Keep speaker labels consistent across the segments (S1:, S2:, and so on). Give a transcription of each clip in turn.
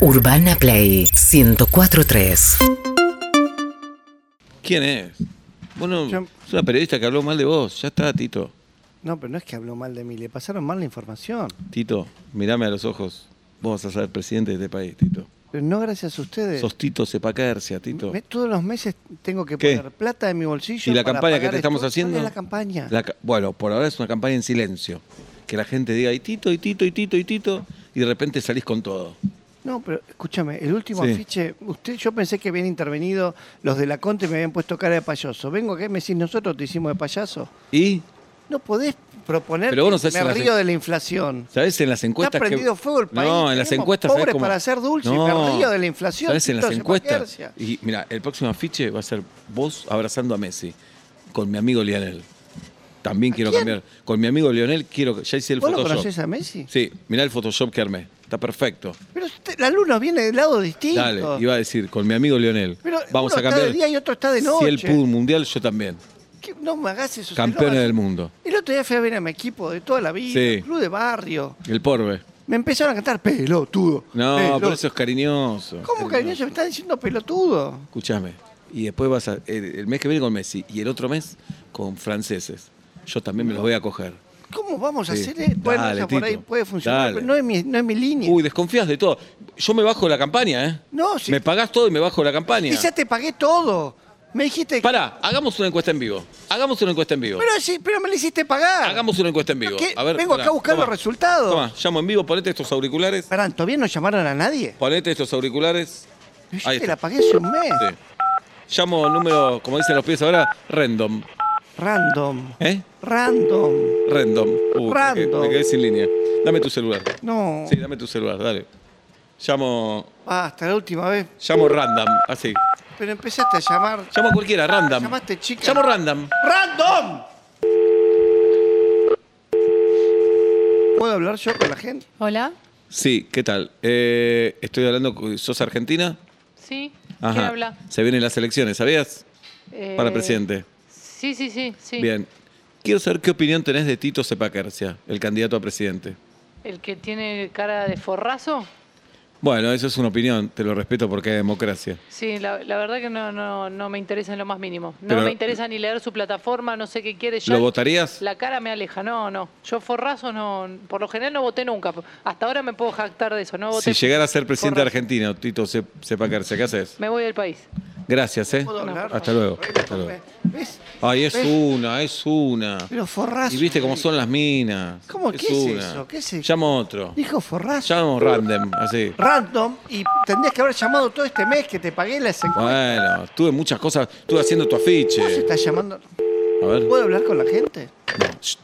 S1: Urbana Play 1043.
S2: ¿Quién es? Bueno,
S3: Yo-
S2: es una periodista que habló mal de vos. Ya está, Tito.
S3: No, pero no es que habló mal de mí, le pasaron mal la información.
S2: Tito, mirame a los ojos. Vos vas a ser presidente de este país, Tito.
S3: Pero no gracias a ustedes.
S2: Sos Tito Sepacaercia, Tito.
S3: Me- Todos los meses tengo que
S2: ¿Qué?
S3: poner plata de mi bolsillo.
S2: ¿Y la
S3: para
S2: campaña que
S3: pagar
S2: te estamos
S3: esto.
S2: haciendo?
S3: ¿Cuál es la campaña?
S2: La ca- bueno, por ahora es una campaña en silencio. Que la gente diga, y Tito, y Tito, y Tito, y Tito, y de repente salís con todo.
S3: No, pero escúchame, el último
S2: Sí.
S3: afiche, usted, yo pensé que habían intervenido los de la Conte y me habían puesto cara de payaso. Vengo acá y me decís, nosotros te hicimos de payaso.
S2: Y,
S3: No podés proponer
S2: Pero vos no
S3: que
S2: sabés
S3: me
S2: en las
S3: río
S2: en-
S3: de la inflación.
S2: ¿sabés? En las encuestas. que-
S3: prendido fuego el país,
S2: No, en las
S3: tenemos
S2: encuestas. ¿sabés
S3: pobres
S2: cómo?
S3: para ser dulce y me río de la inflación,
S2: ¿Sabés? En
S3: Tito
S2: las encuestas.
S3: Sepacaercia.
S2: Y mira, el próximo afiche va a ser vos abrazando a Messi con mi amigo Lionel. También quiero
S3: quién?
S2: cambiar. Con mi amigo Lionel quiero. Ya hice el
S3: ¿Vos lo
S2: Photoshop.
S3: conocés a Messi?
S2: Sí, mirá el Photoshop que armé. Está perfecto.
S3: Pero usted- la luna viene de lado distinto.
S2: Dale, iba a decir, con mi amigo Lionel.
S3: Pero
S2: vamos
S3: uno
S2: a cambiar.
S3: está de día y otro está de noche.
S2: Si él pudo un mundial, yo también.
S3: ¿Qué? No me hagas eso.
S2: Campeones
S3: Seloas.
S2: del mundo.
S3: El otro día fui a ver a mi equipo de toda la vida,
S2: Sí.
S3: club de barrio.
S2: El Porbe.
S3: Me empezaron a cantar pelotudo.
S2: No,
S3: pelotudo".
S2: pero eso es cariñoso.
S3: ¿Cómo cariñoso? Me están diciendo pelotudo.
S2: Escuchame. Y después vas a, el, el mes que viene con Messi y el otro mes con franceses. Yo también me los voy a coger.
S3: ¿Cómo vamos a
S2: Sí.
S3: hacer eso? Bueno,
S2: Dale,
S3: eso por ahí
S2: Tito.
S3: puede funcionar,
S2: Dale.
S3: pero no es mi, no es mi línea.
S2: Uy, desconfías de todo. Yo me bajo de la campaña, ¿eh?
S3: No, sí.
S2: Me pagás todo y me bajo de la campaña.
S3: Y ya te pagué todo. Me dijiste. que-
S2: Pará, hagamos una encuesta en vivo. Hagamos una encuesta en vivo.
S3: Pero, sí, pero me lo hiciste pagar.
S2: Hagamos una encuesta en
S3: ¿Pero
S2: vivo.
S3: qué?
S2: A ver,
S3: Vengo
S2: pará,
S3: acá a buscar
S2: toma.
S3: los resultados.
S2: Toma, llamo en vivo, ponete estos auriculares.
S3: Pará, ¿todavía no llamaron a nadie?
S2: Ponete estos auriculares.
S3: Pero Yo
S2: Ahí
S3: te la
S2: está.
S3: pagué hace un mes.
S2: Sí. Llamo número, como dicen los pies ahora, random.
S3: Random.
S2: ¿Eh?
S3: Random.
S2: Random. Uh, me quedé-
S3: Random.
S2: Me quedé sin línea. Dame tu celular.
S3: No.
S2: Sí, dame tu celular, dale. Llamo,
S3: Basta, la última vez.
S2: llamo random, así.
S3: Pero empezaste a llamar.
S2: Llamo a cualquiera, random.
S3: Llamaste chica.
S2: Llamo random.
S3: ¡Random! ¿Puedo hablar yo con la gente?
S4: Hola,
S2: Sí, ¿qué tal? Eh, estoy hablando, con- ¿sos argentina?
S4: sí, ¿quién habla?
S2: Se vienen las elecciones, ¿sabías? Para
S4: Eh,
S2: presidente.
S4: Sí, sí, sí, sí.
S2: Bien. Quiero saber qué opinión tenés de Tito Sepaquercia, el candidato a presidente.
S4: El que tiene cara de forrazo,
S2: Bueno, eso es una opinión, te lo respeto porque hay democracia.
S4: sí, la, la verdad que no, no, no me interesa en lo más mínimo. No
S2: Pero-
S4: me interesa ni leer su plataforma, no sé qué quiere. Ya
S2: ¿Lo votarías?
S4: La cara me aleja, no, no. Yo forrazo no, por lo general no voté nunca. Hasta ahora me puedo jactar de eso, no
S2: Si
S4: voté.
S2: llegara a ser presidente
S4: Forra-
S2: argentino, Tito Se- Sepaquercia, ¿qué haces?
S4: Me voy del país.
S2: Gracias, ¿eh?
S3: ¿Puedo hablar?
S2: Hasta luego. Hasta luego.
S3: ¿Ves?
S2: Ay, es
S3: ¿Ves?
S2: una, es una.
S3: Pero forrazo.
S2: Y viste cómo son las minas.
S3: ¿Cómo? ¿Qué es
S2: una.
S3: eso? ¿Qué es eso?
S2: Llamo otro.
S3: Dijo forrazo.
S2: Llamo random, así.
S3: Random. Y tendrías que haber llamado todo este mes que te pagué la encuestas.
S2: Bueno, tuve muchas cosas. Estuve haciendo tu
S3: ¿Vos
S2: afiche.
S3: estás llamando?
S2: A ver.
S3: ¿Puedo hablar con la gente?
S2: No, shh.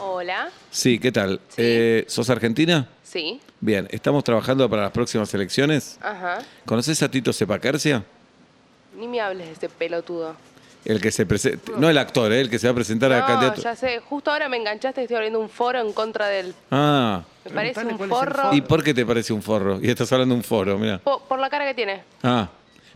S5: Hola,
S2: Sí, ¿qué tal? Eh, ¿Sos argentina?
S5: sí,
S2: Bien, estamos trabajando para las próximas elecciones.
S5: ajá.
S2: ¿Conoces a Tito Sepacarcia?
S5: Ni me hables de este pelotudo.
S2: El que se presenta. No el actor, eh, el que se va a presentar a
S3: Ah,
S5: No,
S2: candidato.
S5: ya sé, justo ahora me enganchaste y estoy abriendo un foro en contra del...
S2: Ah.
S5: Me
S3: Preguntale
S5: parece un
S3: cuál es el
S5: forro.
S3: foro.
S2: ¿Y por qué te parece un forro? Y estás hablando de un foro, mira.
S5: Po- por la cara que tiene,
S2: Ah.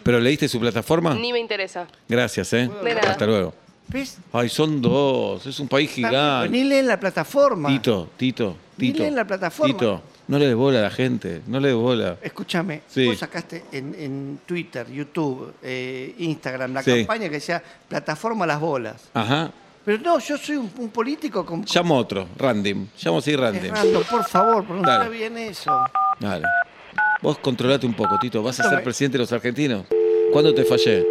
S2: ¿Pero leíste su plataforma?
S5: ni me interesa.
S2: Gracias, ¿eh?
S5: De nada.
S2: Hasta luego.
S3: ¿Ves?
S2: Ay, son dos. Es un país
S3: Pero Ni
S2: gigante.
S3: leen la plataforma.
S2: Tito, Tito,
S3: Ni
S2: Tito.
S3: leen la plataforma.
S2: Tito, no le des bola a la gente. No le des bola.
S3: Escúchame,
S2: Sí.
S3: vos sacaste en, en Twitter, YouTube, eh, Instagram, la
S2: Sí.
S3: campaña que decía plataforma las bolas.
S2: Ajá.
S3: Pero no, yo soy un, un político con...
S2: Llamo otro, Randim. Llamo así Randim.
S3: Fernando, por favor, pronuncia
S2: Dale.
S3: bien eso.
S2: Dale. Vos controlate un poco, Tito. ¿Vas a
S3: Tome.
S2: ser presidente de los argentinos? ¿Cuándo te fallé?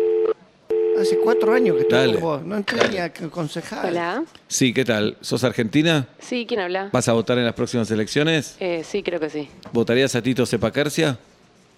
S3: Hace cuatro años que estoy
S2: Dale.
S3: con vos, no entré
S2: Dale.
S3: ni a que- concejal.
S5: Hola,
S2: Sí, ¿qué tal? ¿Sos argentina?
S5: sí, ¿quién habla?
S2: ¿Vas a votar en las próximas elecciones?
S5: Eh, sí, creo que sí.
S2: ¿Votarías a Tito Sepacarcia?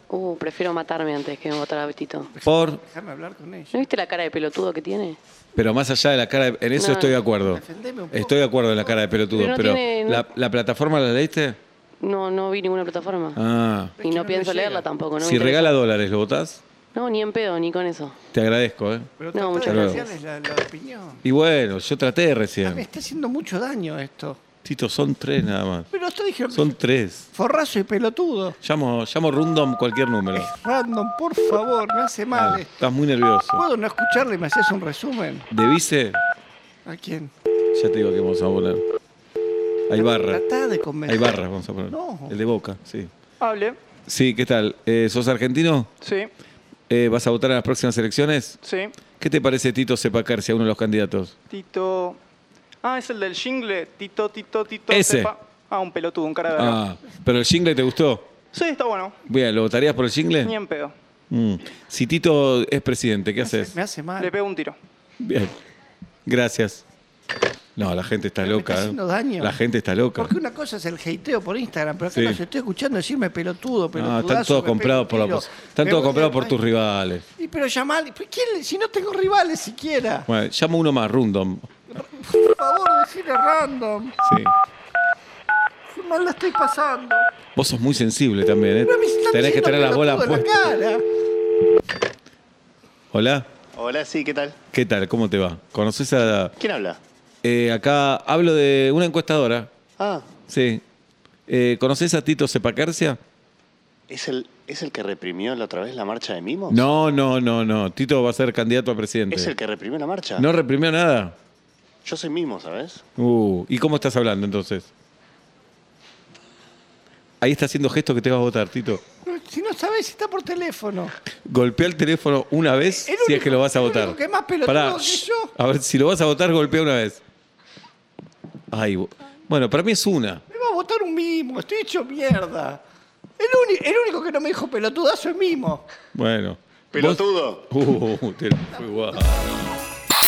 S5: Uh, prefiero matarme antes que votar a Betito.
S2: Por.
S3: Déjame hablar con ella.
S5: ¿No viste la cara de pelotudo que tiene?
S2: Pero más allá de la cara. de- En eso
S5: No.
S2: estoy de acuerdo.
S3: Defendeme un poco.
S2: Estoy de acuerdo en la cara de pelotudo.
S5: Pero
S2: Pero,
S5: no tiene- no-
S2: ¿la, la plataforma la leíste?
S5: No, no vi ninguna plataforma.
S2: Ah.
S3: que
S5: Y
S3: no
S5: no
S3: me
S5: pienso
S3: llega.
S5: leerla tampoco, ¿no? me
S2: si
S5: interesa.
S2: regala dólares, ¿lo votás?
S5: No, ni en pedo, ni con eso.
S2: Te agradezco, ¿eh?
S3: Pero
S5: No,
S3: no,
S5: muchas
S3: muchas
S2: gracias.
S3: gracias. La, la opinión.
S2: Y bueno, yo traté
S3: Ah, me
S2: recién.
S3: está haciendo mucho daño esto.
S2: Tito, son tres nada más.
S3: Pero esto dijeron
S2: Son tres.
S3: forrazo y pelotudo.
S2: Llamo, llamo random cualquier número.
S3: Random, por favor, me hace mal
S2: Dale,
S3: esto.
S2: Estás muy nervioso.
S3: ¿Puedo no escucharle y me haces un resumen?
S2: De vice,
S3: ¿A quién?
S2: ya te digo que vamos a poner. Hay barra.
S3: Tratá de convencer.
S2: Hay barra, vamos a poner.
S3: No.
S2: El de boca, sí.
S3: Hable.
S2: Sí, ¿qué tal? Eh, ¿Sos argentino?
S4: Sí,
S2: Eh, ¿Vas a votar en las próximas elecciones?
S4: sí.
S2: ¿Qué te parece Tito Sepacarsi a uno de los candidatos?
S4: Tito. Ah, es el del jingle. Tito, Tito, Tito.
S2: Ese.
S4: sepa- Ah, un pelotudo, un cara de verga.
S2: Ah, ¿pero el jingle te gustó?
S4: Sí, está bueno.
S2: Bien, ¿lo votarías por el
S4: Ni
S2: jingle?
S4: en pedo.
S2: Mm. Si Tito es presidente, ¿qué haces?
S3: Me hace mal.
S4: Le pego un tiro.
S2: Bien. Gracias. No, la gente está
S3: Pero me
S2: loca.
S3: está
S2: ¿eh?
S3: haciendo daño.
S2: La gente está loca.
S3: Porque una cosa es el hateo por Instagram, pero acá
S2: Sí.
S3: los estoy escuchando decirme pelotudo,
S2: No,
S3: pelotudazo.
S2: están todos
S3: me
S2: comprados por la
S3: pelotero.
S2: pos- Están
S3: Me
S2: todos
S3: voy a-
S2: comprados por
S3: Ay,
S2: tus rivales.
S3: Y pero llamar, si no tengo rivales siquiera.
S2: Bueno, llamo uno más, Rundom.
S3: Por favor, decirle random.
S2: Sí.
S3: Qué mal la estoy pasando.
S2: Vos sos muy sensible también, ¿eh?
S3: Pero me están
S2: Tenés que
S3: diciendo
S2: tener las bolas
S3: pelotudo en
S2: puestas.
S3: la cara.
S2: Hola,
S6: Hola, sí, ¿qué tal?
S2: ¿qué tal? ¿Cómo te va? ¿Conoces a.?
S6: ¿Quién habla?
S2: eh, acá hablo de una encuestadora.
S6: Ah,
S2: Sí. Eh, ¿Conoces a Tito Sepacarcia?
S6: ¿es el, ¿es el que reprimió la otra vez la marcha de Mimos?
S2: No, no, no, no. Tito va a ser candidato a presidente.
S6: ¿Es el que reprimió la marcha?
S2: ¿No reprimió nada?
S6: Yo soy Mimo, ¿sabes?
S2: Uh, ¿y cómo estás hablando entonces? Ahí está haciendo gestos que te vas a votar, Tito.
S3: No, Si no sabes, está por teléfono.
S2: Golpea el teléfono una vez
S3: El
S2: si es
S3: único-
S2: que lo vas a
S3: el
S2: votar.
S3: único que es más pelotudo que
S2: shh,
S3: yo.
S2: A ver, si lo vas a votar, golpea una vez. Ay, bo- bueno, para mí es una.
S3: Me va a votar un mimo, estoy hecho mierda. El, uni- el único que no me dijo pelotudazo es mimo.
S2: Bueno.
S6: ¡Pelotudo!
S2: Vos- Uh, te lo fue guau.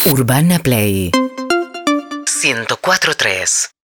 S1: Urbana Play 104.3